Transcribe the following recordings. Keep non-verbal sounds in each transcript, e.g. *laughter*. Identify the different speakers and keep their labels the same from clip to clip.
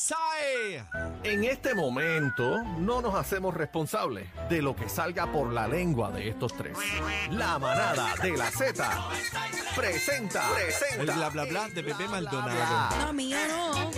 Speaker 1: Masai.
Speaker 2: En este momento no nos hacemos responsables de lo que salga por la lengua de estos tres. La manada de la Z presenta, presenta
Speaker 1: El bla bla bla de Pepe Maldonado.
Speaker 2: bla.
Speaker 3: No, mío no.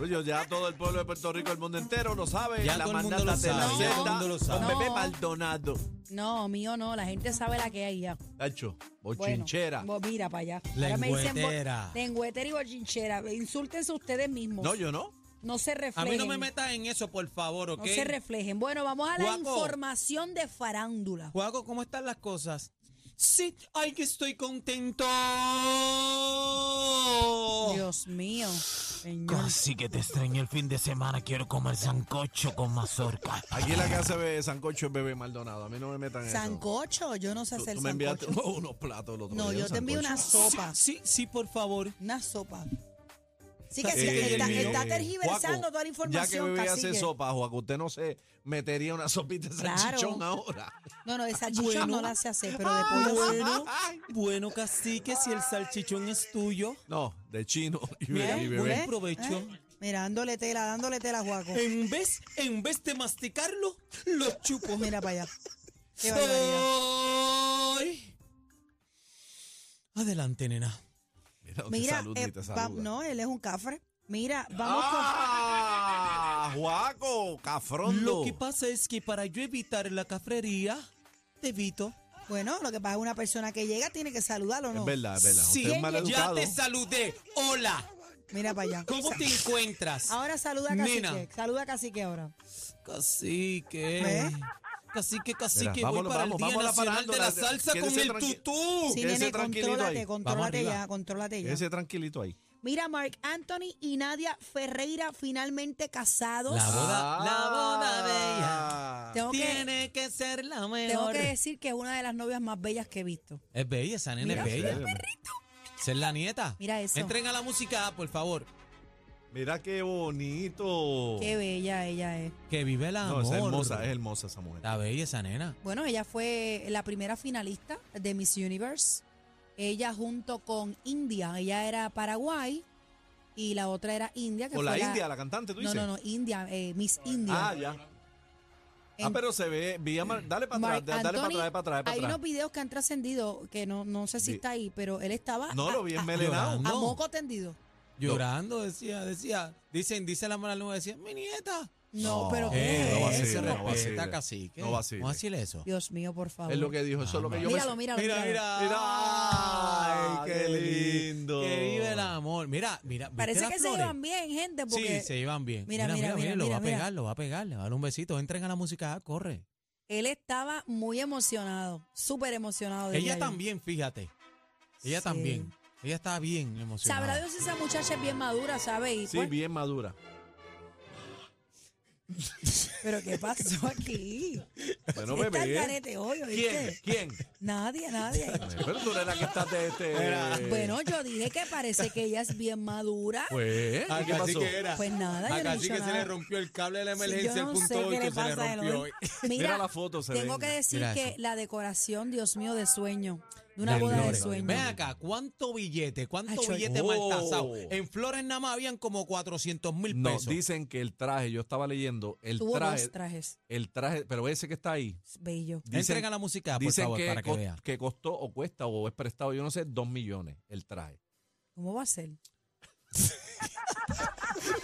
Speaker 1: Oye, ya todo el pueblo de Puerto Rico, el mundo entero lo sabe.
Speaker 4: Ya
Speaker 1: la
Speaker 4: todo el mundo
Speaker 1: manada
Speaker 4: lo
Speaker 1: de la
Speaker 4: sabe, ya
Speaker 1: Zeta
Speaker 4: todo el mundo lo sabe.
Speaker 1: Con Pepe
Speaker 3: No.
Speaker 1: Maldonado.
Speaker 3: No, mío no. La gente sabe la que hay ya.
Speaker 1: Tacho,
Speaker 3: Bueno,
Speaker 1: bochinchera.
Speaker 3: bo- mira para allá.
Speaker 4: Lengüetera.
Speaker 3: bo- lengüetera y bochinchera. Insúltense ustedes mismos.
Speaker 1: no, yo no.
Speaker 3: No se
Speaker 4: A
Speaker 3: reflejen.
Speaker 4: mí no me metas en eso, por favor, ¿ok?
Speaker 3: No se reflejen. Bueno, vamos a la
Speaker 4: Guaco.
Speaker 3: información de farándula.
Speaker 4: Juaco, ¿cómo están las cosas? Sí, ay, que estoy contento.
Speaker 3: Dios mío. Señor.
Speaker 5: Casi que te extrañé el fin de semana. Quiero comer sancocho con mazorca.
Speaker 1: Aquí la que hace be- sancocho es Bebé Maldonado. A mí no me metan en eso.
Speaker 3: Sancocho, yo no sé
Speaker 1: Tú,
Speaker 3: hacer
Speaker 1: tú me enviaste *laughs*
Speaker 3: sancocho.
Speaker 1: unos platos el otro
Speaker 3: No,
Speaker 1: día,
Speaker 3: yo
Speaker 1: un
Speaker 3: te envío una
Speaker 1: sancocho.
Speaker 3: sopa.
Speaker 4: Sí, sí, por favor.
Speaker 3: Una sopa. Sí que
Speaker 1: Eh,
Speaker 3: sí, que está,
Speaker 1: eh,
Speaker 3: está
Speaker 1: eh,
Speaker 3: tergiversando
Speaker 1: Juaco, Ya
Speaker 3: toda la
Speaker 1: que
Speaker 3: información.
Speaker 1: Bebé
Speaker 3: cacique.
Speaker 1: hace sopa, Juaco, usted no se metería una sopita de
Speaker 3: Claro.
Speaker 1: salchichón
Speaker 3: *laughs*
Speaker 1: ahora.
Speaker 3: No, no, esa chicha
Speaker 4: Bueno.
Speaker 3: no la hace hacer, pero de pollo
Speaker 1: Ah.
Speaker 3: sí.
Speaker 4: Bueno, bueno, cacique, si el salchichón es tuyo.
Speaker 1: No, de chino y, be-
Speaker 4: Mira,
Speaker 1: y bebé.
Speaker 4: buen provecho.
Speaker 3: ¿Eh? Mira, dándole tela, dándole tela, Juaco.
Speaker 4: En vez, en vez de masticarlo, lo chupo.
Speaker 3: Pues Mira para allá. Qué
Speaker 4: Oh.
Speaker 3: barbaridad.
Speaker 4: Soy. Adelante, nena.
Speaker 1: Mira, no te
Speaker 3: Mira,
Speaker 1: saluda ni
Speaker 3: eh,
Speaker 1: te
Speaker 3: va-
Speaker 1: saluda.
Speaker 3: no, él es un cafre. Mira, vamos
Speaker 1: ¡Ah! ¡Juaco! ¡Cafrondo!
Speaker 4: Lo que pasa es que para yo evitar la cafrería, te evito.
Speaker 3: con... Bueno, lo que pasa es una persona que llega tiene que saludarlo, ¿no?
Speaker 1: Es verdad, es verdad.
Speaker 4: Sí,
Speaker 1: Usted es mal
Speaker 4: ya
Speaker 1: educado.
Speaker 4: te saludé. Hola,
Speaker 3: Mira para allá.
Speaker 4: ¿cómo
Speaker 3: Sa-
Speaker 4: te encuentras?
Speaker 3: Ahora saluda a Cacique.
Speaker 4: Nena.
Speaker 3: Saluda a Cacique ahora.
Speaker 4: Cacique.
Speaker 3: ¿Eh?
Speaker 4: Cacique,
Speaker 1: Mira,
Speaker 4: cacique, voy
Speaker 1: vámonos,
Speaker 4: para
Speaker 1: vamos,
Speaker 4: el Día
Speaker 1: vamos a la
Speaker 4: Nacional de
Speaker 1: farándula.
Speaker 4: la Salsa
Speaker 1: Quédese
Speaker 4: con el
Speaker 1: tranquilo.
Speaker 4: tutú.
Speaker 3: Sí,
Speaker 1: quédese
Speaker 3: nene,
Speaker 1: tranquilito
Speaker 3: contrólate,
Speaker 1: ahí.
Speaker 3: contrólate
Speaker 4: Vamos
Speaker 3: ya,
Speaker 4: arriba.
Speaker 3: contrólate ya.
Speaker 1: Ese tranquilito ahí.
Speaker 3: Mira, Mark Anthony y Nadia Ferreira finalmente casados.
Speaker 4: La boda, la boda bella.
Speaker 1: Ah.
Speaker 3: Tengo que,
Speaker 4: Tiene que ser la
Speaker 3: tengo
Speaker 4: mejor.
Speaker 3: que decir que es una de las novias más bellas que he visto.
Speaker 4: Es bella, esa nena
Speaker 3: Mira,
Speaker 4: es bella. Esa es la nieta.
Speaker 3: Mira eso.
Speaker 4: Entren a la música, por favor.
Speaker 1: Mira qué bonito.
Speaker 3: Qué bella ella es.
Speaker 4: Que vive el
Speaker 1: no,
Speaker 4: amor.
Speaker 1: es hermosa, es hermosa esa mujer.
Speaker 4: Está bella esa nena.
Speaker 3: Bueno, ella fue la primera finalista de Miss Universe. Ella junto con India, ella era Paraguay y la otra era India. Que
Speaker 1: O la
Speaker 3: fue
Speaker 1: India, la cantante, tú
Speaker 3: No,
Speaker 1: dices.
Speaker 3: no, no, India, eh, Miss India.
Speaker 1: Ah, ya. Ah,
Speaker 3: En-
Speaker 1: pero se ve. vi a Mar- dale para
Speaker 3: Marc
Speaker 1: atrás, da- dale para
Speaker 3: Anthony,
Speaker 1: atrás, para atrás, para
Speaker 3: Hay unos
Speaker 1: atrás.
Speaker 3: videos que han trascendido que no, no sé si
Speaker 1: Vi-
Speaker 3: está ahí, pero él estaba
Speaker 1: No
Speaker 3: a-
Speaker 1: lo vi
Speaker 3: a, a
Speaker 1: enmelenado.
Speaker 4: llorando. No.
Speaker 3: moco tendido.
Speaker 4: Llorando, decía, decía. Dicen, dice la mala lengua, decía, mi nieta.
Speaker 3: No,
Speaker 1: No,
Speaker 3: pero
Speaker 1: eh,
Speaker 3: ¿qué
Speaker 1: no
Speaker 3: es
Speaker 1: vacile,
Speaker 4: se
Speaker 3: eso?
Speaker 1: no
Speaker 4: respeta,
Speaker 1: vacile.
Speaker 4: cacique.
Speaker 1: No vacile.
Speaker 4: ¿Cómo decirle eso?
Speaker 3: Dios mío, por favor.
Speaker 1: Es lo que dijo, eso es lo que yo me-
Speaker 3: Míralo, míralo,
Speaker 4: Mira,
Speaker 3: míralo.
Speaker 4: mira.
Speaker 1: Mira, ay, qué
Speaker 4: vi-
Speaker 1: lindo.
Speaker 4: Que vive el amor. Mira, mira. ¿viste
Speaker 3: Parece
Speaker 4: las
Speaker 3: que se
Speaker 4: flores?
Speaker 3: llevan bien, gente, porque
Speaker 4: Sí, se llevan bien.
Speaker 3: Mira, mira, mira,
Speaker 4: lo va a
Speaker 3: mira,
Speaker 4: pegar, lo va a pegar. Le va a dar un besito. Entren a la música, ah, corre.
Speaker 3: él estaba muy emocionado, súper emocionado. de
Speaker 4: Ella
Speaker 3: ayer.
Speaker 4: también, fíjate. Ella
Speaker 3: Oh, Sí.
Speaker 4: también. Ella está bien emocionada.
Speaker 3: Sabrá Dios si esa muchacha es bien madura, ¿sabes? Y
Speaker 1: Sí,
Speaker 3: pues,
Speaker 1: bien madura.
Speaker 3: Pero ¿qué pasó aquí?
Speaker 1: Bueno,
Speaker 3: Está al
Speaker 1: bebé.
Speaker 3: garete hoy,
Speaker 1: ¿Quién?
Speaker 3: ¿oíste?
Speaker 1: ¿Quién?
Speaker 3: Nadie, nadie.
Speaker 1: Pero tú eres la que estás de este.
Speaker 4: Era-
Speaker 3: Bueno, yo dije que parece que ella es bien madura.
Speaker 1: Pues, ¿y ¿qué pasó?
Speaker 4: era.
Speaker 3: Pues nada, yo no he dicho nada.
Speaker 4: rompió el cable de la
Speaker 3: Sí, yo no sé qué le pasa a él hoy.
Speaker 1: Mira,
Speaker 3: Mira,
Speaker 1: la foto, se
Speaker 3: tengo
Speaker 1: ve.
Speaker 3: que decir
Speaker 4: Mira
Speaker 3: que
Speaker 4: eso.
Speaker 3: la decoración, Dios mío, de sueño, de una
Speaker 4: De
Speaker 3: boda de
Speaker 4: flores.
Speaker 3: sueño.
Speaker 4: Ven acá, ¿cuánto billete? ¿Cuánto
Speaker 3: Ay,
Speaker 4: billete
Speaker 1: choy.
Speaker 4: mal
Speaker 1: Oh.
Speaker 4: tasado? En flores nada más habían como 400 mil
Speaker 1: No,
Speaker 4: pesos.
Speaker 1: dicen que el traje, yo estaba leyendo, el
Speaker 3: Tuvo
Speaker 1: traje,
Speaker 3: dos trajes,
Speaker 1: el traje, pero ese que está ahí,
Speaker 3: bello.
Speaker 1: dicen,
Speaker 4: Entren a la música, Ah, por
Speaker 1: dicen
Speaker 4: favor,
Speaker 1: que,
Speaker 4: para que
Speaker 1: cos-
Speaker 4: vean.
Speaker 1: que costó o cuesta o es prestado, yo no sé, dos millones el traje.
Speaker 3: ¿Cómo va a
Speaker 1: *laughs*
Speaker 3: ser?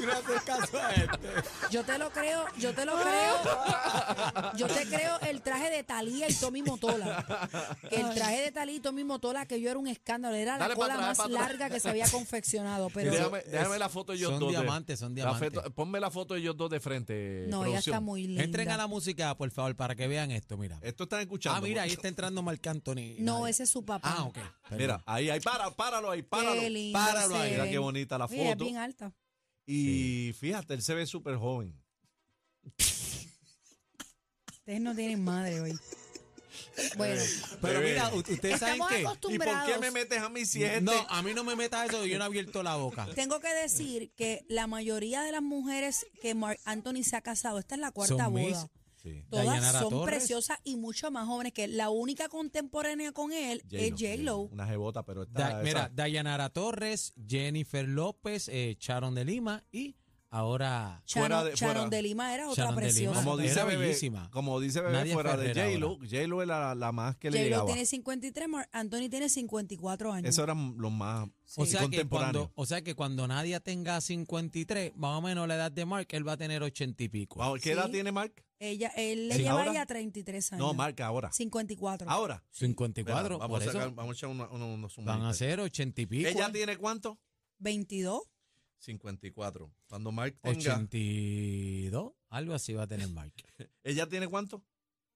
Speaker 4: Gracias, caso a este.
Speaker 3: Yo te lo creo, yo te lo creo. Yo te creo el traje de Talía y Tommy Motola. El traje de Talía y Tommy Motola, que yo era un escándalo. Era la
Speaker 1: Dale pa'
Speaker 3: cola
Speaker 1: atrás,
Speaker 3: más
Speaker 1: pa' atrás.
Speaker 3: larga que se había
Speaker 1: *laughs*
Speaker 3: confeccionado. Pero
Speaker 1: déjame,
Speaker 4: eso-
Speaker 1: déjame la foto de ellos
Speaker 4: son
Speaker 1: dos. de-
Speaker 4: diamantes, son
Speaker 1: la
Speaker 4: diamantes.
Speaker 1: foto- ponme la foto de ellos dos de frente.
Speaker 3: no, ella
Speaker 1: producción.
Speaker 3: está muy linda.
Speaker 4: Entren a la música, por favor, para que vean esto, mira.
Speaker 1: Esto están escuchando.
Speaker 4: Ah, mira, ahí
Speaker 1: mucho.
Speaker 4: está entrando Marc Anthony.
Speaker 3: No,
Speaker 4: Nadie.
Speaker 3: ese es su papá.
Speaker 4: Ah, ok.
Speaker 1: Mira, ahí, ahí, para, páralo ahí, páralo.
Speaker 3: Qué lindo
Speaker 1: páralo
Speaker 3: se
Speaker 1: ahí. Mira qué
Speaker 3: ven.
Speaker 1: bonita la
Speaker 3: Mira, es
Speaker 1: foto.
Speaker 3: bien alta.
Speaker 1: Y fíjate, él se ve súper joven.
Speaker 3: Ustedes no tienen
Speaker 1: *laughs*
Speaker 3: madre hoy. Bueno,
Speaker 4: Pero
Speaker 1: Bebé.
Speaker 4: mira, u- ustedes saben
Speaker 3: Estamos
Speaker 4: que...
Speaker 3: acostumbrados.
Speaker 1: ¿Y por qué
Speaker 3: Acostumbrados.
Speaker 1: me metes a mí si es
Speaker 4: No,
Speaker 1: este?
Speaker 4: a mí no me metas eso, yo no he abierto
Speaker 3: *laughs*
Speaker 4: la boca.
Speaker 3: tengo que decir que la mayoría de las mujeres que Mark Anthony se ha casado, esta es la cuarta
Speaker 4: Son
Speaker 3: boda.
Speaker 4: Miss.
Speaker 1: Sí.
Speaker 3: Todas
Speaker 4: Dayanara
Speaker 3: son
Speaker 4: Torres.
Speaker 3: preciosas y mucho más jóvenes que él. La única contemporánea con él es
Speaker 1: J-Lo,
Speaker 3: J-Lo.
Speaker 1: Una jebota, pero
Speaker 4: Da-
Speaker 1: está.
Speaker 4: mira, Dayanara Torres, Jennifer López, eh, Sharon de Lima y Ahora,
Speaker 1: Fuera
Speaker 3: Sharon,
Speaker 1: de- fuera.
Speaker 3: Sharon de Lima era otra
Speaker 4: Sharon de Lima.
Speaker 3: preciosa.
Speaker 1: Como
Speaker 4: Era
Speaker 1: dice, bebé,
Speaker 4: bellísima.
Speaker 1: como dice Bebé,
Speaker 4: Nadia
Speaker 1: fuera
Speaker 4: Ferrer
Speaker 1: de J-Lo,
Speaker 4: ahora.
Speaker 1: J-Lo era la, la más que le
Speaker 3: J-Lo
Speaker 1: llegaba.
Speaker 3: tiene 53, Marc Anthony tiene 54 años.
Speaker 1: Esos eran los más
Speaker 4: o sea, que
Speaker 1: contemporáneos.
Speaker 4: cuando, o sea que cuando Nadia tenga 53, más o menos la edad de Mark, él va a tener 80 y pico.
Speaker 1: Wow, ¿Qué edad
Speaker 3: Sí.
Speaker 1: tiene Mark?
Speaker 3: Ella, él le
Speaker 1: Sí,
Speaker 3: lleva
Speaker 1: ahora-
Speaker 3: ya 33 años.
Speaker 1: No, Mark ahora.
Speaker 3: 54.
Speaker 1: Ahora.
Speaker 4: 54,
Speaker 1: Espera,
Speaker 4: por
Speaker 1: vamos, a sacar-
Speaker 4: eso
Speaker 1: vamos a echar una- una- unos
Speaker 4: van a
Speaker 1: numeritos.
Speaker 4: ser 80 y pico.
Speaker 1: ¿Ella tiene cuánto?
Speaker 3: 22.
Speaker 1: 54. Cuando Mark tenga.
Speaker 4: 82, algo así va a tener Mark.
Speaker 1: ¿Ella tiene cuánto?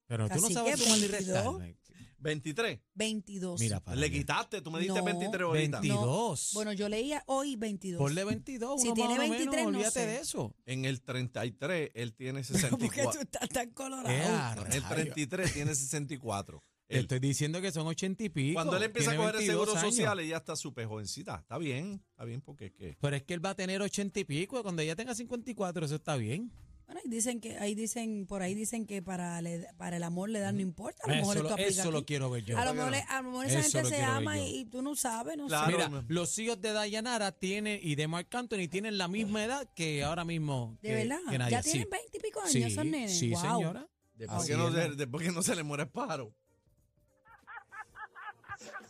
Speaker 4: Pero tú no
Speaker 3: Cacique,
Speaker 4: sabes sumar ni
Speaker 3: 22.
Speaker 4: restar.
Speaker 1: 23.
Speaker 3: 22.
Speaker 4: Mira, para
Speaker 1: Le
Speaker 4: allá.
Speaker 1: quitaste, tú me diste
Speaker 3: No,
Speaker 1: 23 ahorita.
Speaker 4: 22.
Speaker 3: Bueno, yo leía hoy 22.
Speaker 4: Ponle 22,
Speaker 3: Si
Speaker 4: uno
Speaker 3: tiene
Speaker 4: más o menos,
Speaker 3: 23, no
Speaker 4: olvídate
Speaker 3: sé.
Speaker 4: de eso.
Speaker 1: En el 33, él
Speaker 3: *laughs*
Speaker 1: tiene
Speaker 3: *laughs* ¿Por qué tú
Speaker 1: 64.
Speaker 3: estás tan colorado?
Speaker 4: Ea,
Speaker 1: En el
Speaker 4: rayo.
Speaker 1: 33 tiene 64.
Speaker 4: Te
Speaker 1: Él.
Speaker 4: estoy diciendo que son 80 y pico.
Speaker 1: Cuando él empieza a
Speaker 4: tiene
Speaker 1: coger el
Speaker 4: 22
Speaker 1: seguro
Speaker 4: años.
Speaker 1: social, ella está súper jovencita. Está bien, está bien porque es que.
Speaker 4: Pero es que él va a tener 80 y pico. Cuando ella tenga 54, eso está bien.
Speaker 3: Bueno, ahí dicen que, ahí dicen, por ahí dicen que para, le- para el amor le dan no importa. A lo mejor
Speaker 4: Eso,
Speaker 3: esto
Speaker 4: lo,
Speaker 3: aplica
Speaker 4: eso lo
Speaker 3: aquí.
Speaker 4: quiero ver yo.
Speaker 3: A lo mejor, le- a lo mejor esa
Speaker 4: Eso
Speaker 3: gente
Speaker 4: lo
Speaker 3: se
Speaker 4: quiero ver
Speaker 3: ama
Speaker 4: yo.
Speaker 3: y, y tú no sabes, no
Speaker 1: Claro.
Speaker 3: sé.
Speaker 4: Mira,
Speaker 1: Claro.
Speaker 4: los hijos de Dayanara tienen, y de Marc Anthony tienen la misma edad que ahora mismo.
Speaker 3: De
Speaker 4: que-
Speaker 3: verdad.
Speaker 4: que Nadia.
Speaker 3: ya tienen
Speaker 4: Sí.
Speaker 3: 20 y pico años
Speaker 4: Sí,
Speaker 3: esos nenes.
Speaker 4: sí,
Speaker 3: Wow.
Speaker 4: señora.
Speaker 1: Después
Speaker 4: Así
Speaker 1: que, no
Speaker 4: es,
Speaker 1: se,
Speaker 4: ¿no?
Speaker 1: después que no se le muere el pájaro.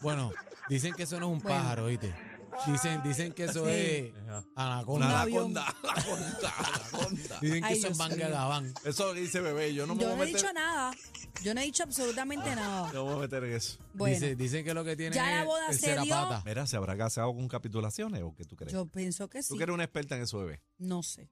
Speaker 4: Bueno, dicen que eso no es un
Speaker 3: Bueno.
Speaker 4: pájaro, ¿oíste? Dicen, dicen que eso
Speaker 3: Sí.
Speaker 4: es
Speaker 1: Una
Speaker 4: anaconda.
Speaker 3: avión.
Speaker 1: anaconda, *laughs* anaconda, anaconda.
Speaker 4: Dicen que
Speaker 3: Ay,
Speaker 4: eso es
Speaker 3: Dios mío.
Speaker 4: Bangadabán.
Speaker 1: Eso lo que dice bebé, yo no me Ah. voy
Speaker 3: Yo
Speaker 1: a
Speaker 3: no he
Speaker 1: meter.
Speaker 3: dicho nada. Yo no he dicho absolutamente nada.
Speaker 1: yo no me voy a meter en eso.
Speaker 3: Bueno,
Speaker 4: Dice- dicen que lo que tienen
Speaker 3: Ya la
Speaker 4: es
Speaker 3: boda
Speaker 4: el
Speaker 3: se dio.
Speaker 4: cerapata.
Speaker 1: Mira, ¿se habrá casado con capitulaciones o qué tú crees?
Speaker 3: yo pienso que
Speaker 1: tú
Speaker 3: sí.
Speaker 1: que eres una experta en eso, bebé.
Speaker 3: No sé.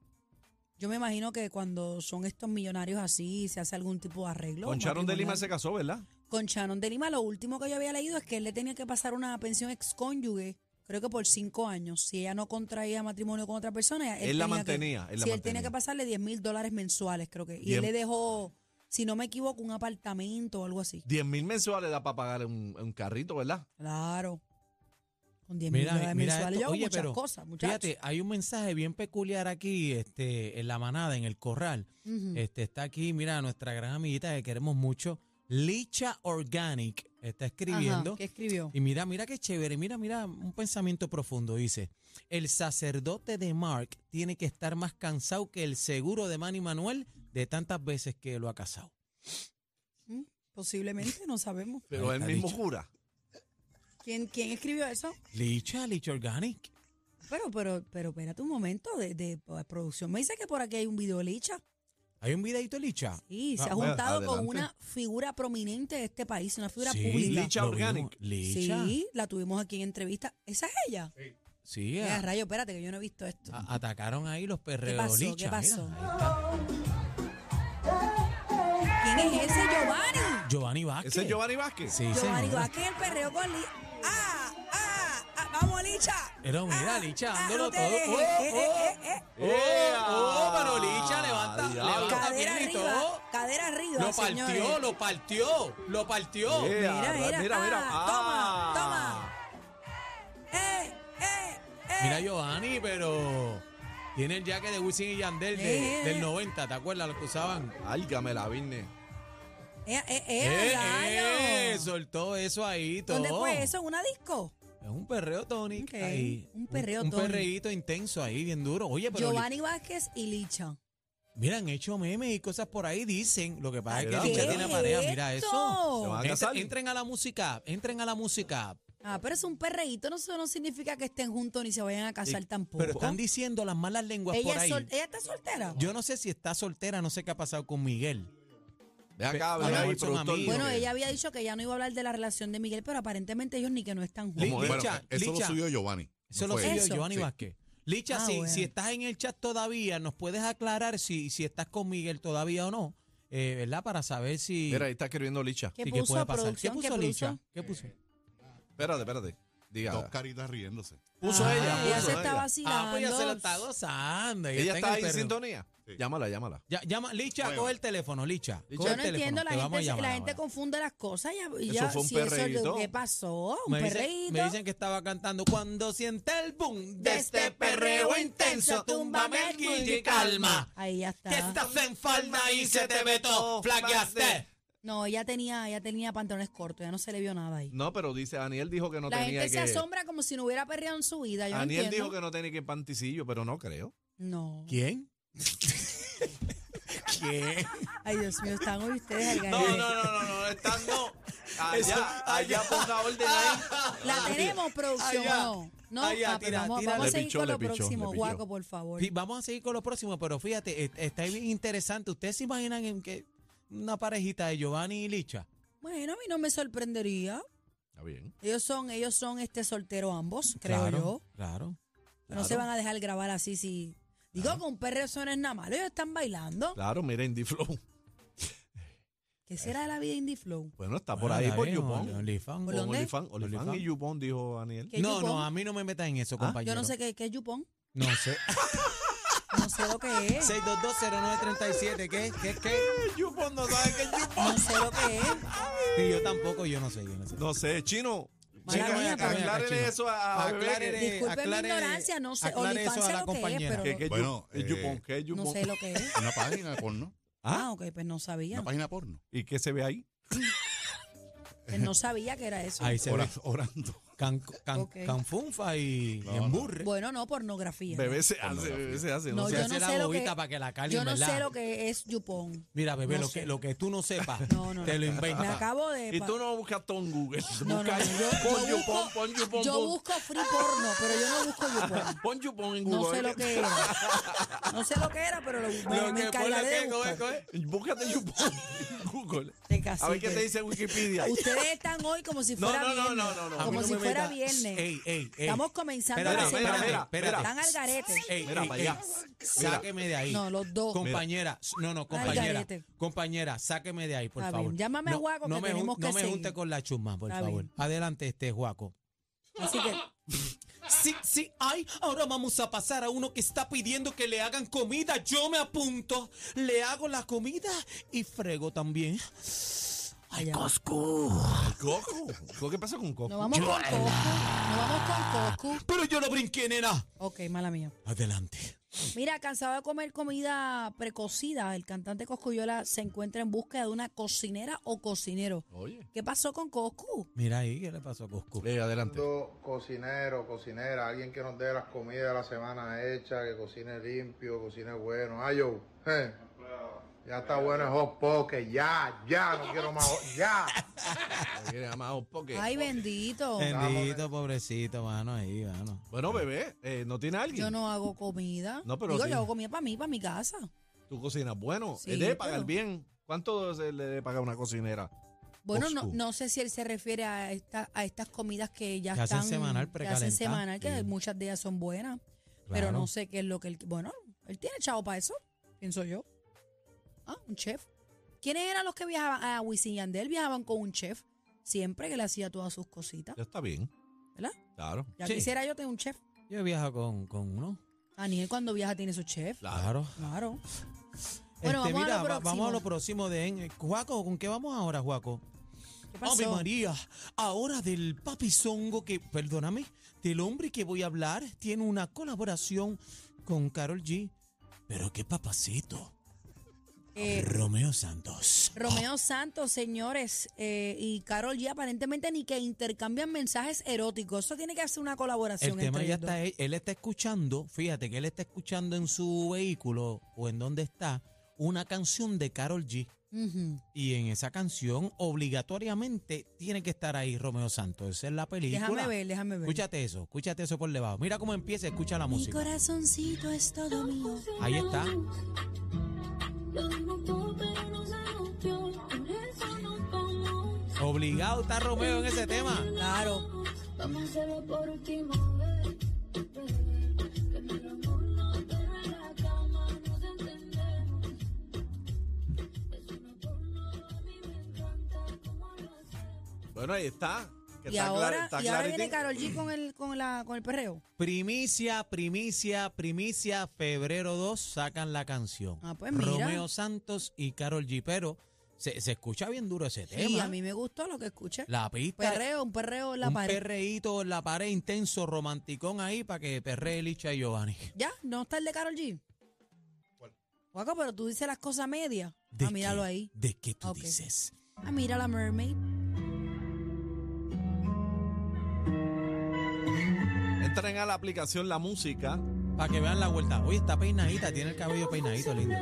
Speaker 3: Yo me imagino que cuando son estos millonarios así, se hace algún tipo de arreglo.
Speaker 1: con Sharon de Lima se
Speaker 3: matrimonial.
Speaker 1: casó, ¿verdad?
Speaker 3: Con Sharon de Lima, lo último que yo había leído es que él le tenía que pasar una pensión excónyuge, creo que por cinco años. Si ella no contraía matrimonio con otra persona, él,
Speaker 1: Él la
Speaker 3: tenía que-
Speaker 1: mantenía, él la
Speaker 3: sí, él tenía
Speaker 1: mantenía.
Speaker 3: que pasarle 10 mil dólares mensuales, creo que. Y
Speaker 1: Bien.
Speaker 3: él le dejó, si no me equivoco, un apartamento o algo así.
Speaker 1: 10 mil mensuales da para pagar un, un carrito, ¿verdad?
Speaker 3: Claro. Con 10 mil
Speaker 4: Mira,
Speaker 3: dólares
Speaker 4: mira
Speaker 3: mensuales.
Speaker 4: esto.
Speaker 3: Yo hago
Speaker 4: Oye,
Speaker 3: muchas
Speaker 4: pero
Speaker 3: cosas, muchachos.
Speaker 4: Fíjate, hay un mensaje bien peculiar aquí este, en la manada, en el corral.
Speaker 3: Ujú.
Speaker 4: Este Está aquí, mira, nuestra gran amiguita que queremos mucho, Licha Organic, está escribiendo.
Speaker 3: Ajá, ¿Qué escribió?
Speaker 4: Y mira, mira qué chévere, mira, mira, un pensamiento profundo. Dice, el sacerdote de Mark tiene que estar más cansado que el seguro de Manny Manuel de tantas veces que lo ha casado.
Speaker 3: Posiblemente, no sabemos.
Speaker 1: Pero
Speaker 4: Ahí
Speaker 1: él
Speaker 4: está
Speaker 1: mismo
Speaker 4: dicho.
Speaker 1: jura.
Speaker 3: ¿Quién, quién escribió eso?
Speaker 4: Licha, Licha Organic.
Speaker 3: Pero, pero, pero, espérate un momento de, de pues, producción. Me dice que por aquí hay un video de Licha.
Speaker 4: Hay un videito, de Licha.
Speaker 3: Sí, se
Speaker 4: Ah,
Speaker 3: ha
Speaker 1: bueno,
Speaker 3: juntado con
Speaker 1: adelante.
Speaker 3: una figura prominente de este país, una figura
Speaker 4: Sí,
Speaker 3: pública.
Speaker 1: Licha
Speaker 4: lo
Speaker 1: Organic.
Speaker 4: vimos. Licha.
Speaker 3: Sí, la tuvimos aquí en entrevista. ¿Esa es ella?
Speaker 4: Sí, Ah.
Speaker 3: Mira,
Speaker 4: a-
Speaker 3: rayo, espérate que yo no he visto esto.
Speaker 4: a- atacaron ahí los perreos.
Speaker 3: pasó? ¿Qué
Speaker 4: Licha, mira,
Speaker 3: pasó?
Speaker 4: ahí está.
Speaker 3: ¿Quién es ese Giovanni?
Speaker 4: Giovanni Vázquez.
Speaker 1: ¿Ese es Giovanny Vázquez?
Speaker 4: Sí,
Speaker 3: Giovanni
Speaker 4: señor.
Speaker 3: Vázquez, el perreo con Licha. ¡Ah! ¡Ah! ah, ¡Vamos, Licha!
Speaker 4: Pero mira,
Speaker 3: Ah,
Speaker 4: Licha,
Speaker 3: ah,
Speaker 4: dándolo
Speaker 3: no te
Speaker 4: todo.
Speaker 3: dejes.
Speaker 4: Oh,
Speaker 3: Eh, eh,
Speaker 4: oh.
Speaker 3: eh, eh.
Speaker 1: ¡Ea!
Speaker 4: Oh, oh, pero Licha, levanta,
Speaker 1: Ah, Diablo.
Speaker 4: levanta. Está
Speaker 3: Cadera
Speaker 4: bien y
Speaker 3: arriba,
Speaker 4: todo.
Speaker 3: cadera arriba,
Speaker 4: Lo
Speaker 3: señores.
Speaker 4: partió, lo partió, lo partió.
Speaker 1: Yeah.
Speaker 3: Mira, mira,
Speaker 1: Mira, mira.
Speaker 3: ah,
Speaker 1: Ah.
Speaker 3: toma, toma. Eh, eh, eh.
Speaker 4: Mira Giovanni, pero tiene el jaque de Wisin y Yandel de-
Speaker 3: Eh.
Speaker 4: del 90, ¿te acuerdas? Lo que usaban.
Speaker 1: Álgame la virne.
Speaker 3: Eh, eh, eh,
Speaker 4: Eh,
Speaker 3: rayo.
Speaker 4: eh, soltó eso ahí, todo.
Speaker 3: ¿Dónde fue eso? ¿En una disco?
Speaker 4: Es un perreo, Tony.
Speaker 3: Ok, un perreo,
Speaker 4: Un,
Speaker 3: Tony.
Speaker 4: perreíto intenso ahí, bien duro. Oye, pero
Speaker 3: Giovanni Vázquez y Licha.
Speaker 4: mira, han hecho memes y cosas por ahí, dicen. Lo que pasa es que
Speaker 1: ¿Verdad?
Speaker 4: Licha
Speaker 1: ¿Qué
Speaker 4: tiene
Speaker 1: es
Speaker 4: pareja, mira
Speaker 3: esto?
Speaker 4: eso.
Speaker 1: Se van a
Speaker 4: Entra-
Speaker 1: casar.
Speaker 4: entren a la música, entren a la música.
Speaker 3: Ah, pero es un perreíto, no, eso no significa que estén juntos ni se vayan a casar
Speaker 4: Eh,
Speaker 3: tampoco.
Speaker 4: Pero están diciendo las malas lenguas por
Speaker 3: ella, es
Speaker 4: ahí.
Speaker 3: sol- ella está soltera.
Speaker 4: Yo no sé si está soltera, no sé qué ha pasado con Miguel.
Speaker 1: Ve acá,
Speaker 4: A
Speaker 1: ve
Speaker 4: lo
Speaker 1: ahí,
Speaker 4: mejor son
Speaker 1: productor.
Speaker 4: amigos.
Speaker 3: bueno, ella había dicho que ya no iba a hablar de la relación de Miguel, pero aparentemente ellos ni que no están
Speaker 4: Li-
Speaker 3: juntos.
Speaker 6: Bueno,
Speaker 4: Licha,
Speaker 6: eso
Speaker 4: Licha.
Speaker 6: lo subió Giovanni.
Speaker 4: Eso lo
Speaker 6: no fue
Speaker 4: sé
Speaker 6: él.
Speaker 4: yo,
Speaker 3: Eso.
Speaker 4: Giovanni
Speaker 6: Sí.
Speaker 4: Vázquez. Licha,
Speaker 3: Ah,
Speaker 4: si,
Speaker 3: bueno.
Speaker 4: si estás en el chat todavía, nos puedes aclarar si, si estás con Miguel todavía o no, eh, ¿verdad? Para saber si,
Speaker 1: Mira, ahí está escribiendo Licha.
Speaker 3: ¿Qué
Speaker 4: si
Speaker 3: puso
Speaker 4: puede pasar. ¿Qué
Speaker 3: producción? Eh.
Speaker 4: puso Licha? ¿Qué puso?
Speaker 1: Espérate, espérate. Diga.
Speaker 6: Dos caritas riéndose.
Speaker 1: Puso
Speaker 3: Ah,
Speaker 1: ella.
Speaker 3: ella
Speaker 1: puso
Speaker 3: se
Speaker 1: ella.
Speaker 3: está vacilando.
Speaker 4: Ah, pues ya se lo está gozando. ella
Speaker 1: ¿Ella
Speaker 4: en
Speaker 1: está
Speaker 4: el
Speaker 1: ahí en
Speaker 4: perreo.
Speaker 1: sintonía?
Speaker 6: Sí.
Speaker 1: Llámala, llámala.
Speaker 4: Ya- llama, Licha,
Speaker 6: Bueno.
Speaker 4: coge el teléfono, Licha.
Speaker 1: Yo
Speaker 4: coge
Speaker 3: Yo
Speaker 4: el
Speaker 3: no
Speaker 4: teléfono,
Speaker 3: entiendo, la
Speaker 4: te vamos a
Speaker 3: gente, la
Speaker 4: llamar
Speaker 3: gente
Speaker 4: ahora.
Speaker 3: confunde las cosas. Ya,
Speaker 1: Eso
Speaker 3: ya-
Speaker 1: fue un
Speaker 3: si eso-
Speaker 1: perreíto.
Speaker 3: ¿Qué pasó? Un
Speaker 4: Me
Speaker 3: perreíto.
Speaker 4: dicen, me dicen que estaba cantando Cuando siente el boom de este perreo intenso Túmbame el guille y calma
Speaker 3: Ahí ya está.
Speaker 4: Que estás en falda y se te vetó Flaqueaste
Speaker 3: No, ella tenía, ella tenía pantalones cortos, ya no se le vio nada ahí.
Speaker 1: No, pero dice, Daniel dijo que no
Speaker 3: la
Speaker 1: tenía
Speaker 3: gente se
Speaker 1: que...
Speaker 3: asombra como si no hubiera perreado en su vida. Yo no
Speaker 1: Daniel
Speaker 3: entiendo.
Speaker 1: dijo que no tenía que ir panticillo, pero no creo.
Speaker 3: No.
Speaker 4: ¿Quién?
Speaker 1: *laughs*
Speaker 4: ¿Quién?
Speaker 3: Ay, Dios mío, están hoy ustedes al
Speaker 6: No,
Speaker 3: garete.
Speaker 6: no, no, no, no,
Speaker 1: *laughs*
Speaker 6: estando allá, allá ponga orden ahí.
Speaker 3: La tenemos, producción.
Speaker 6: Allá.
Speaker 3: No, no
Speaker 6: Allá,
Speaker 3: papi,
Speaker 6: tira,
Speaker 3: vamos,
Speaker 6: tira.
Speaker 3: vamos a
Speaker 1: Le
Speaker 3: seguir
Speaker 1: pichó,
Speaker 3: con
Speaker 1: le
Speaker 3: lo
Speaker 1: pichó,
Speaker 3: próximo,
Speaker 1: le pichó.
Speaker 3: Guaco, por favor.
Speaker 4: Sí, Vamos a seguir con lo próximo, pero fíjate, es- está bien interesante. ¿Ustedes se imaginan en que una parejita de Giovanni y Licha?
Speaker 3: Bueno, a mí no me sorprendería.
Speaker 1: Está bien.
Speaker 3: Ellos son, ellos son este solteros ambos, creo
Speaker 4: claro,
Speaker 3: yo.
Speaker 4: Claro.
Speaker 3: No se van a dejar grabar así si. Digo que un perreo eso no es nada malo. Ellos están bailando.
Speaker 1: Claro, mira Indie Flow. *laughs*
Speaker 3: ¿Qué será de la vida Indie Flow?
Speaker 1: Bueno, Ah, está
Speaker 4: Bueno,
Speaker 1: por ahí
Speaker 4: la
Speaker 1: por
Speaker 4: vemos,
Speaker 1: Yupon.
Speaker 4: OnlyFans.
Speaker 3: ¿Por
Speaker 1: O
Speaker 3: dónde?
Speaker 1: OnlyFans, OnlyFans
Speaker 4: OnlyFans.
Speaker 1: y Yupon, dijo Daniel. *laughs*
Speaker 3: ¿Qué
Speaker 4: No,
Speaker 3: yupón? Ah,
Speaker 4: no, a mí no me metas en eso, compañero.
Speaker 3: Yo no sé qué, qué es Yupon.
Speaker 4: No
Speaker 3: *laughs*
Speaker 4: sé.
Speaker 3: No sé lo que
Speaker 4: *laughs*
Speaker 3: es.
Speaker 4: 6220937, ¿qué? ¿Qué? ¿Qué?
Speaker 1: Yupon no sabe qué es Yupon.
Speaker 3: No sé lo que es.
Speaker 4: Y yo tampoco, yo no sé, yo no sé.
Speaker 1: No sé, chino.
Speaker 3: Mala
Speaker 1: Chica,
Speaker 3: mía, pero-
Speaker 1: aclárele eso a, eh, a Bebé, que-
Speaker 4: Aclárele,
Speaker 3: Disculpen mi
Speaker 4: aclárele,
Speaker 3: ignorancia, no sé.
Speaker 4: aclárele
Speaker 3: OnlyFans
Speaker 4: eso a
Speaker 3: sé
Speaker 4: la
Speaker 3: lo que es,
Speaker 4: compañera.
Speaker 3: pero
Speaker 1: que- que
Speaker 7: Bueno,
Speaker 1: Yu- es
Speaker 7: eh,
Speaker 1: Yupon, ¿qué es Yupon?
Speaker 3: no sé lo que es.
Speaker 7: Una página porno.
Speaker 1: Ah.
Speaker 3: Ah, ok, pues no sabía.
Speaker 7: Una página porno.
Speaker 1: ¿Y qué se ve ahí?
Speaker 3: Pues no sabía que era eso.
Speaker 4: Ahí se ve
Speaker 7: Ora-
Speaker 1: *laughs*
Speaker 7: orando.
Speaker 4: can, can-
Speaker 3: Ok.
Speaker 4: canfunfa y,
Speaker 7: No,
Speaker 4: y
Speaker 7: no.
Speaker 4: emburre.
Speaker 3: Bueno, no, pornografía.
Speaker 1: Bebé se hace, bebé se hace. No,
Speaker 3: No,
Speaker 1: sé.
Speaker 3: yo
Speaker 4: hace
Speaker 3: no
Speaker 4: la
Speaker 3: sé lo
Speaker 4: bobita
Speaker 3: que-
Speaker 4: para que la calmen,
Speaker 3: Yo no
Speaker 4: ¿verdad?
Speaker 3: sé lo que es Yupon.
Speaker 4: Mira, bebé,
Speaker 3: No
Speaker 4: lo,
Speaker 3: sé.
Speaker 4: que, lo que tú no sepas,
Speaker 3: *laughs* No, no,
Speaker 4: te lo
Speaker 3: no.
Speaker 4: inventas.
Speaker 3: Me acabo de.
Speaker 1: Y
Speaker 3: pa-
Speaker 1: tú no buscas todo en Google. *laughs*
Speaker 3: No, no,
Speaker 1: Busca-
Speaker 3: no, yo-
Speaker 1: pon
Speaker 3: yo
Speaker 1: Yupon,
Speaker 3: busco-
Speaker 1: pon Yupon.
Speaker 3: Yo
Speaker 1: pon-
Speaker 3: busco free porno, pero yo no busco Yupon.
Speaker 1: *laughs* Pon Yupon en Google.
Speaker 3: No sé lo que era. No sé lo que era, pero lo, me- me encargaré de buscar.
Speaker 1: Búscate Yupon en *laughs* Google.
Speaker 3: Te
Speaker 1: A ver
Speaker 3: cacique.
Speaker 1: qué te dice Wikipedia.
Speaker 3: Ustedes están hoy como si
Speaker 1: No,
Speaker 3: fuera
Speaker 1: no, no,
Speaker 3: viernes.
Speaker 1: no, no, no. A mí
Speaker 3: Como
Speaker 1: no
Speaker 3: si
Speaker 1: me
Speaker 3: fuera
Speaker 1: metas.
Speaker 3: viernes.
Speaker 4: Ey, ey, ey.
Speaker 3: Estamos comenzando
Speaker 4: Espérate,
Speaker 3: la
Speaker 1: espérate,
Speaker 3: semana.
Speaker 1: espérate.
Speaker 3: Están al garete.
Speaker 4: Ey,
Speaker 1: Mira
Speaker 4: ey,
Speaker 1: para
Speaker 4: ey,
Speaker 1: allá.
Speaker 4: Sáqueme de ahí.
Speaker 3: No, los dos.
Speaker 4: Compañera, s- no, no,
Speaker 3: Al
Speaker 4: compañera.
Speaker 3: garete.
Speaker 4: Compañera, sáqueme de ahí, por
Speaker 3: Está bien,
Speaker 4: favor.
Speaker 3: llámame a
Speaker 4: no,
Speaker 3: Juaco,
Speaker 4: no
Speaker 3: que
Speaker 4: me jun-
Speaker 3: tenemos que
Speaker 4: No me
Speaker 3: seguir.
Speaker 4: junte con la chusma, por
Speaker 3: Está
Speaker 4: favor.
Speaker 3: bien.
Speaker 4: Adelante, este Juaco.
Speaker 3: Así que
Speaker 4: Sí, sí, ay, ahora vamos a pasar a uno que está pidiendo que le hagan comida. Yo me apunto, le hago la comida y frego también.
Speaker 3: allá.
Speaker 1: Coco. Coco, ¿Qué pasa con Coco?
Speaker 3: Nos vamos con Coscu. Nos vamos con Coscu.
Speaker 4: Pero yo lo brinqué, nena.
Speaker 3: Ok, mala mía.
Speaker 4: Adelante.
Speaker 3: Mira, cansado de comer comida precocida, el cantante Coscuyola se encuentra en búsqueda de una cocinera o cocinero.
Speaker 1: Oye.
Speaker 3: ¿Qué pasó con Coscu?
Speaker 4: Mira ahí, ¿qué le pasó a Coscu?
Speaker 1: Eh, adelante.
Speaker 8: Buscando cocinero, cocinera, alguien que nos dé las comidas de la semana hecha, que cocine limpio, cocine bueno. Ay, yo, eh, ya está bueno el hot pocket, ya, ya, no quiero más, hot- ya.
Speaker 1: Quiere llamar a un poque.
Speaker 3: Ay, bendito.
Speaker 4: Bendito, pobrecito, mano, ahí, mano.
Speaker 1: Bueno, bebé, eh, ¿no tiene alguien?
Speaker 3: Yo no hago comida.
Speaker 1: No, pero
Speaker 3: Digo,
Speaker 1: sí.
Speaker 3: yo hago comida para mí, para mi casa.
Speaker 1: Tú cocinas bueno.
Speaker 3: Sí,
Speaker 1: él debe pagar
Speaker 3: pero-
Speaker 1: bien. ¿Cuánto se le debe pagar a una cocinera?
Speaker 3: Bueno, no,
Speaker 1: Coscu.
Speaker 3: no sé si él se refiere a, esta, a estas comidas que ya
Speaker 4: Que hacen
Speaker 3: están...
Speaker 4: semanal
Speaker 3: que hacen
Speaker 4: precalentada.
Speaker 3: semanal, que
Speaker 4: Sí.
Speaker 3: muchas de ellas son buenas. Pero
Speaker 4: Claro.
Speaker 3: no sé qué es lo que él... Bueno, él tiene chavo para eso, pienso yo. Ah, un chef. ¿Quiénes eran los que viajaban? A Wisin y Yandel viajaban con un chef. Siempre que le hacía todas sus cositas,
Speaker 1: Ya está bien.
Speaker 3: ¿verdad?
Speaker 1: Claro.
Speaker 3: Ya
Speaker 4: Sí.
Speaker 3: quisiera yo tener un chef.
Speaker 4: Yo viajo con, con uno.
Speaker 3: Daniel cuando viaja tiene su chef.
Speaker 4: Claro.
Speaker 3: Claro. Bueno, vamos,
Speaker 4: Este, mira,
Speaker 3: a
Speaker 4: va-
Speaker 3: lo próximo.
Speaker 4: vamos a lo próximo de en- eh, Juaco, ¿con qué vamos ahora, Juaco?
Speaker 3: ¿Qué
Speaker 4: Ave
Speaker 3: pasó?
Speaker 4: María, ahora del papizongo que, perdóname, del hombre que voy a hablar, tiene una colaboración con Carol G. Pero qué papacito.
Speaker 3: Eh,
Speaker 4: Romeo Santos.
Speaker 3: Romeo Santos, señores, eh, y Carol G aparentemente ni que intercambian mensajes eróticos. Eso tiene que hacer una colaboración
Speaker 4: El tema
Speaker 3: entre
Speaker 4: ya
Speaker 3: ellos
Speaker 4: está,
Speaker 3: dos.
Speaker 4: él, él está escuchando, fíjate que él está escuchando en su vehículo o en donde está una canción de Carol G.
Speaker 3: Ujú.
Speaker 4: Y en esa canción obligatoriamente tiene que estar ahí Romeo Santos. Esa es la película.
Speaker 3: Déjame ver, déjame ver.
Speaker 4: Escúchate eso, escúchate eso por debajo. Mira cómo empieza, escucha la
Speaker 3: Mi
Speaker 4: música.
Speaker 3: corazoncito es todo mío.
Speaker 4: Ahí está. Obligado está Romeo en ese tema.
Speaker 3: Claro.
Speaker 9: Vamos a hacerlo por última vez. baby. Que en el amor no pero en la cama nos entendemos. Es una porno, a mí me encanta cómo lo hacemos.
Speaker 1: Bueno, ahí está. Que
Speaker 3: Y
Speaker 1: está clara-
Speaker 3: ahora,
Speaker 1: está
Speaker 3: y ahora
Speaker 1: claritín.
Speaker 3: viene Carol G con el, con, la, con el perreo.
Speaker 4: Primicia, primicia, primicia. Febrero 2 sacan la canción.
Speaker 3: Ah, pues mira.
Speaker 4: Romeo Santos y Carol G. Pero se, se escucha bien duro ese tema.
Speaker 3: Y a mí me gustó lo que escuché.
Speaker 4: La pista.
Speaker 3: Perreo, un perreo en la
Speaker 4: un
Speaker 3: pared.
Speaker 4: perreíto en la pared intenso, romanticón ahí para que perree Licha y Giovanni.
Speaker 3: ¿Ya? ¿No está el de Carol G? Guaco, pero tú dices las cosas medias.
Speaker 4: ¿De
Speaker 3: Ah, míralo
Speaker 4: qué?
Speaker 3: ahí.
Speaker 4: ¿De qué tú
Speaker 3: Ok.
Speaker 4: dices?
Speaker 3: Ah, mira la mermaid.
Speaker 1: Entren a la aplicación La Música.
Speaker 4: Para que vean la vuelta. Oye, está peinadita, tiene el cabello peinadito, lindo.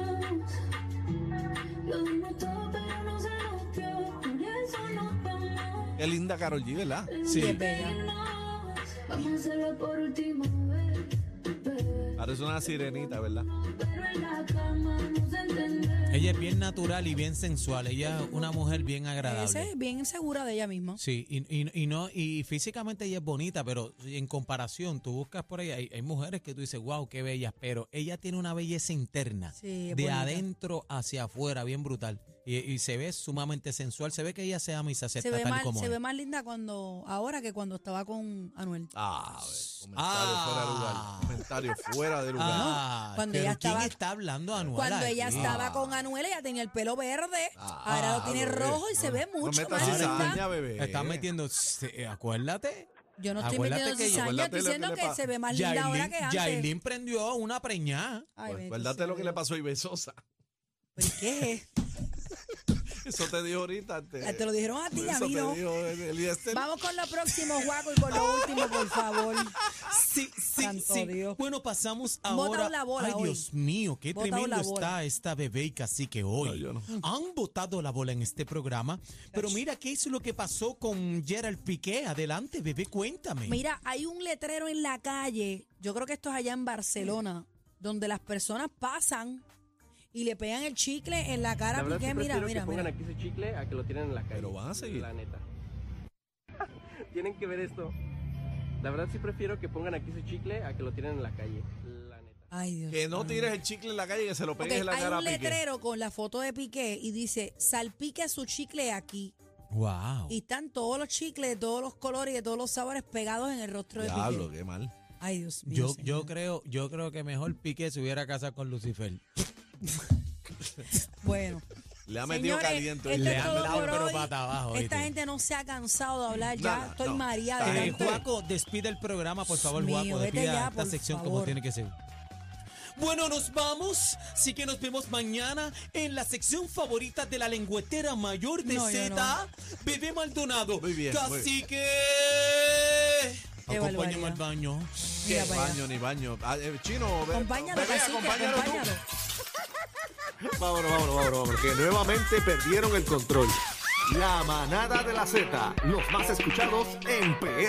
Speaker 9: Lo dimos todo, pero no se nos dio. Por eso nos vamos.
Speaker 1: Qué linda Carol G, ¿verdad?
Speaker 3: Sí. Es bella.
Speaker 9: Vamos a hacerlo por última vez, bebé.
Speaker 1: Parece una sirenita, ¿verdad?
Speaker 9: Pero en la cama nos entendemos.
Speaker 4: Ella es bien natural y bien sensual. Ella es una mujer bien
Speaker 3: Esa
Speaker 4: agradable.
Speaker 3: es bien segura de ella misma.
Speaker 4: Sí, y, y- y no, y físicamente ella es bonita, pero en comparación, tú buscas por ahí, hay, hay mujeres que tú dices, wow, qué bellas, pero ella tiene una belleza interna,
Speaker 3: Sí,
Speaker 4: de
Speaker 3: es bonita.
Speaker 4: adentro hacia afuera, bien brutal. Y, y se ve sumamente sensual, se ve que ella se ama y se
Speaker 3: Se
Speaker 4: acepta
Speaker 3: ve,
Speaker 4: tal y
Speaker 3: más,
Speaker 4: como
Speaker 3: se
Speaker 4: es.
Speaker 3: ve más linda cuando ahora que cuando estaba con Anuel.
Speaker 1: Ah, a ver, comentario fuera de
Speaker 4: Ah.
Speaker 1: lugar. Comentario fuera de lugar.
Speaker 4: Ah,
Speaker 3: cuando
Speaker 4: pero
Speaker 3: ella estaba-
Speaker 4: ¿quién está hablando anual
Speaker 3: Cuando
Speaker 4: aquí?
Speaker 3: ella
Speaker 1: Ah,
Speaker 3: estaba con Anuel, ella tenía el pelo verde, ahora lo tiene
Speaker 1: bebé.
Speaker 3: rojo y se ve
Speaker 1: Ah, No
Speaker 3: mucho
Speaker 1: metas
Speaker 3: más
Speaker 1: cizaña,
Speaker 3: linda.
Speaker 1: bebé.
Speaker 4: Está metiendo, eh, acuérdate.
Speaker 3: Yo no estoy
Speaker 4: Acuérdate
Speaker 3: metiendo
Speaker 4: que-
Speaker 3: cizaña,
Speaker 1: acuérdate lo que
Speaker 3: estoy diciendo
Speaker 1: le
Speaker 3: que,
Speaker 1: pa-
Speaker 3: se ve más linda ahora
Speaker 4: Yailin,
Speaker 3: que antes.
Speaker 4: Yailin prendió una preñá.
Speaker 3: Ay, bendito
Speaker 1: Pues Acuérdate
Speaker 3: sea
Speaker 1: lo que le
Speaker 3: Dios.
Speaker 1: pasó a Ibesosa.
Speaker 3: ¿Pero qué es?
Speaker 1: *laughs* Eso te dijo ahorita.
Speaker 3: Ya te lo dijeron a ti, a
Speaker 1: Eso
Speaker 3: mí
Speaker 1: te
Speaker 3: no.
Speaker 1: dijo el, el- este-
Speaker 3: Vamos con lo próximo, Juaco, y con lo último, por favor.
Speaker 4: Sí, sí,
Speaker 3: Santo
Speaker 4: sí.
Speaker 3: Dios.
Speaker 4: Bueno, pasamos
Speaker 3: Bota
Speaker 4: ahora.
Speaker 3: una bola
Speaker 4: Ay,
Speaker 3: hoy.
Speaker 4: Dios mío, qué
Speaker 3: Bota
Speaker 4: tremendo
Speaker 3: una bola.
Speaker 4: está esta bebé y cacique
Speaker 1: No,
Speaker 4: hoy.
Speaker 1: yo no.
Speaker 4: Han votado la bola en este programa. Pero mira, ¿qué hizo lo que pasó con Gerald Piqué? Adelante, bebé, cuéntame.
Speaker 3: Mira, hay un letrero en la calle, yo creo que esto es allá en Barcelona, donde las personas pasan y le pegan el chicle en la cara.
Speaker 7: La verdad,
Speaker 3: Piqué,
Speaker 7: sí
Speaker 3: mira,
Speaker 7: prefiero
Speaker 3: mira,
Speaker 7: que pongan
Speaker 3: mira.
Speaker 7: aquí su chicle a que lo tienen en la calle.
Speaker 1: Pero van a seguir.
Speaker 7: La neta. *laughs* Tienen que ver esto. La verdad sí prefiero que pongan aquí su chicle a que lo tienen en la calle. La neta.
Speaker 3: Ay, Dios.
Speaker 1: Que no
Speaker 3: santo.
Speaker 1: tires el chicle en la calle y que se lo
Speaker 3: Ok,
Speaker 1: pegues en la
Speaker 3: hay
Speaker 1: cara
Speaker 3: un
Speaker 1: a Piqué.
Speaker 3: letrero con la foto de Piqué y dice, salpique su chicle aquí.
Speaker 4: Wow.
Speaker 3: Y están todos los chicles de todos los colores y de todos los sabores pegados en el rostro de
Speaker 1: Diablo,
Speaker 3: Piqué.
Speaker 1: qué mal.
Speaker 3: Ay, Dios mío.
Speaker 4: Yo,
Speaker 3: señor.
Speaker 4: yo creo, yo creo que mejor Piqué se hubiera casado con Lucifer.
Speaker 1: *laughs*
Speaker 3: Bueno.
Speaker 1: Le ha metido
Speaker 3: Señores, este
Speaker 1: caliente.
Speaker 3: esto
Speaker 4: Le
Speaker 3: es
Speaker 4: han
Speaker 3: todo
Speaker 4: dado,
Speaker 3: por
Speaker 4: pero
Speaker 3: hoy.
Speaker 4: pata abajo,
Speaker 3: Esta
Speaker 4: ¿viste?
Speaker 3: gente no se ha cansado de hablar. Ya
Speaker 1: Nada,
Speaker 3: estoy
Speaker 1: no.
Speaker 3: María
Speaker 1: Está
Speaker 3: de
Speaker 4: Eh,
Speaker 1: bien.
Speaker 3: tanto-
Speaker 4: Juaco, despide el programa, por favor,
Speaker 3: Mío,
Speaker 4: Juaco.
Speaker 3: vete
Speaker 4: Despida
Speaker 3: ya,
Speaker 4: esta
Speaker 3: por
Speaker 4: sección como
Speaker 3: favor.
Speaker 4: tiene que ser. Bueno, nos vamos. Así que nos vemos mañana en la sección favorita de la lengüetera mayor de
Speaker 3: No, yo
Speaker 4: Z, Bebé Maldonado.
Speaker 1: Muy bien, muy
Speaker 4: Así
Speaker 1: bien.
Speaker 4: que.
Speaker 3: Qué
Speaker 4: Acompáñame
Speaker 3: barbaridad.
Speaker 4: al baño.
Speaker 3: Mira
Speaker 1: Qué
Speaker 3: para allá.
Speaker 1: baño ni baño. Ah, eh, chino, ve-
Speaker 3: Acompáñalo,
Speaker 1: bebé,
Speaker 3: cacique,
Speaker 1: acompáñalo tú.
Speaker 3: acompáñalo.
Speaker 2: Vámonos, vámonos, vámonos, vámonos, que nuevamente perdieron el control. La manada de la Z, los más escuchados en PR.